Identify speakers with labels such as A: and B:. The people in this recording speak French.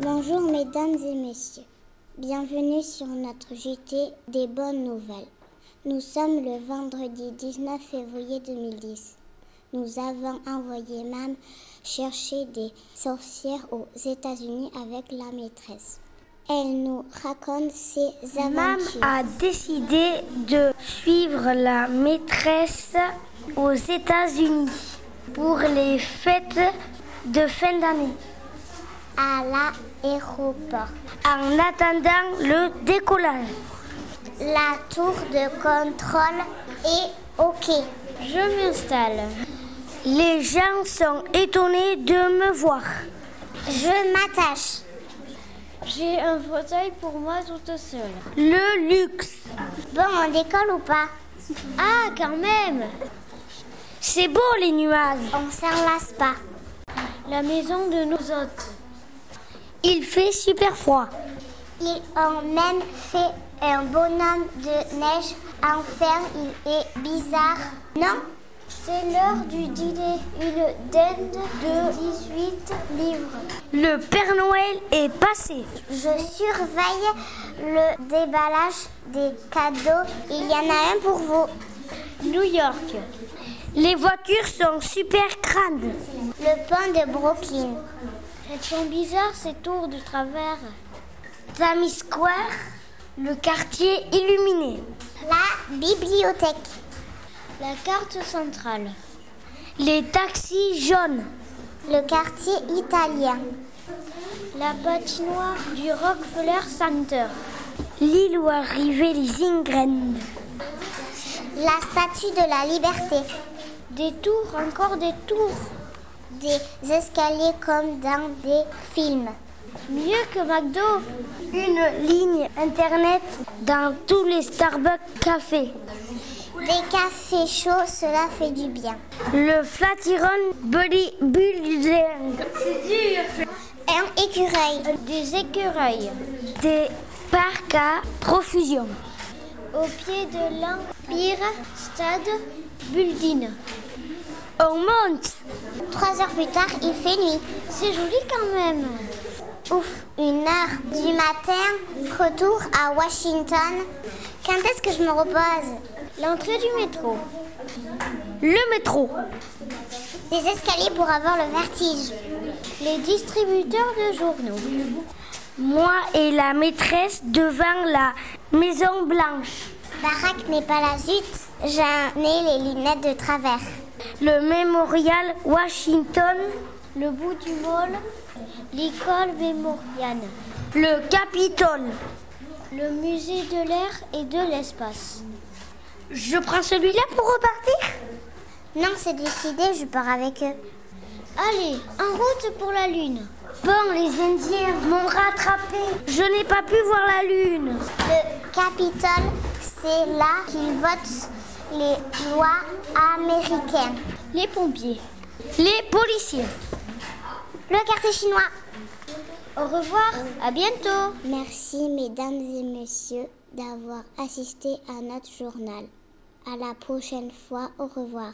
A: Bonjour mesdames et messieurs. Bienvenue sur notre JT des bonnes nouvelles. Nous sommes le vendredi 19 février 2010. Nous avons envoyé Mam chercher des sorcières aux États-Unis avec la maîtresse. Elle nous raconte ses
B: Mam
A: aventures.
B: a décidé de suivre la maîtresse aux États-Unis pour les fêtes de fin d'année
A: à l'aéroport.
B: en attendant le décollage.
A: La tour de contrôle est OK.
B: Je m'installe. Les gens sont étonnés de me voir.
A: Je m'attache.
B: J'ai un fauteuil pour moi toute seule. Le luxe.
A: Bon, on décolle ou pas
B: Ah, quand même. C'est beau les nuages.
A: On s'en lasse pas.
B: La maison de nos hôtes. Il fait super froid.
A: Ils ont même fait un bonhomme de neige. Enfin, il est bizarre. Non C'est l'heure du dîner. Une dinde de 18 livres.
B: Le Père Noël est passé.
A: Je surveille le déballage des cadeaux. Il y en a un pour vous.
B: New York. Les voitures sont super grandes.
A: Le pont de Brooklyn.
B: Elles sont bizarres ces tours de travers.
A: Times Square.
B: Le quartier illuminé.
A: La bibliothèque.
B: La carte centrale. Les taxis jaunes.
A: Le quartier italien.
B: La patinoire du Rockefeller Center. L'île où arrivaient les Ingren.
A: La statue de la liberté.
B: Des tours, encore des tours.
A: Des escaliers comme dans des films.
B: Mieux que McDo. Une ligne internet dans tous les Starbucks cafés.
A: Des cafés chauds, cela fait du bien.
B: Le Flatiron Bodybuilding.
A: Un écureuil.
B: Des écureuils. Des parcs à profusion.
A: Au pied de l'Empire Stade Building.
B: On monte.
A: Trois heures plus tard, il fait nuit.
B: C'est joli quand même.
A: Ouf, une heure du matin, retour à Washington. Quand est-ce que je me repose
B: L'entrée du métro. Le métro.
A: Des escaliers pour avoir le vertige.
B: Les distributeurs de journaux. Moi et la maîtresse devant la Maison Blanche.
A: Baraque n'est pas la zut, j'en ai les lunettes de travers.
B: Le mémorial Washington. Le bout du mall. L'école mémoriale. Le Capitole. Le musée de l'air et de l'espace. Je prends celui-là pour repartir
A: Non, c'est décidé, je pars avec eux.
B: Allez, en route pour la Lune. Bon, les Indiens m'ont rattrapé. Je n'ai pas pu voir la Lune.
A: Le Capitole, c'est là qu'ils votent les lois américaines.
B: Les pompiers. Les policiers.
A: Le quartier chinois.
B: Au revoir, à bientôt.
A: Merci, mesdames et messieurs, d'avoir assisté à notre journal. À la prochaine fois, au revoir.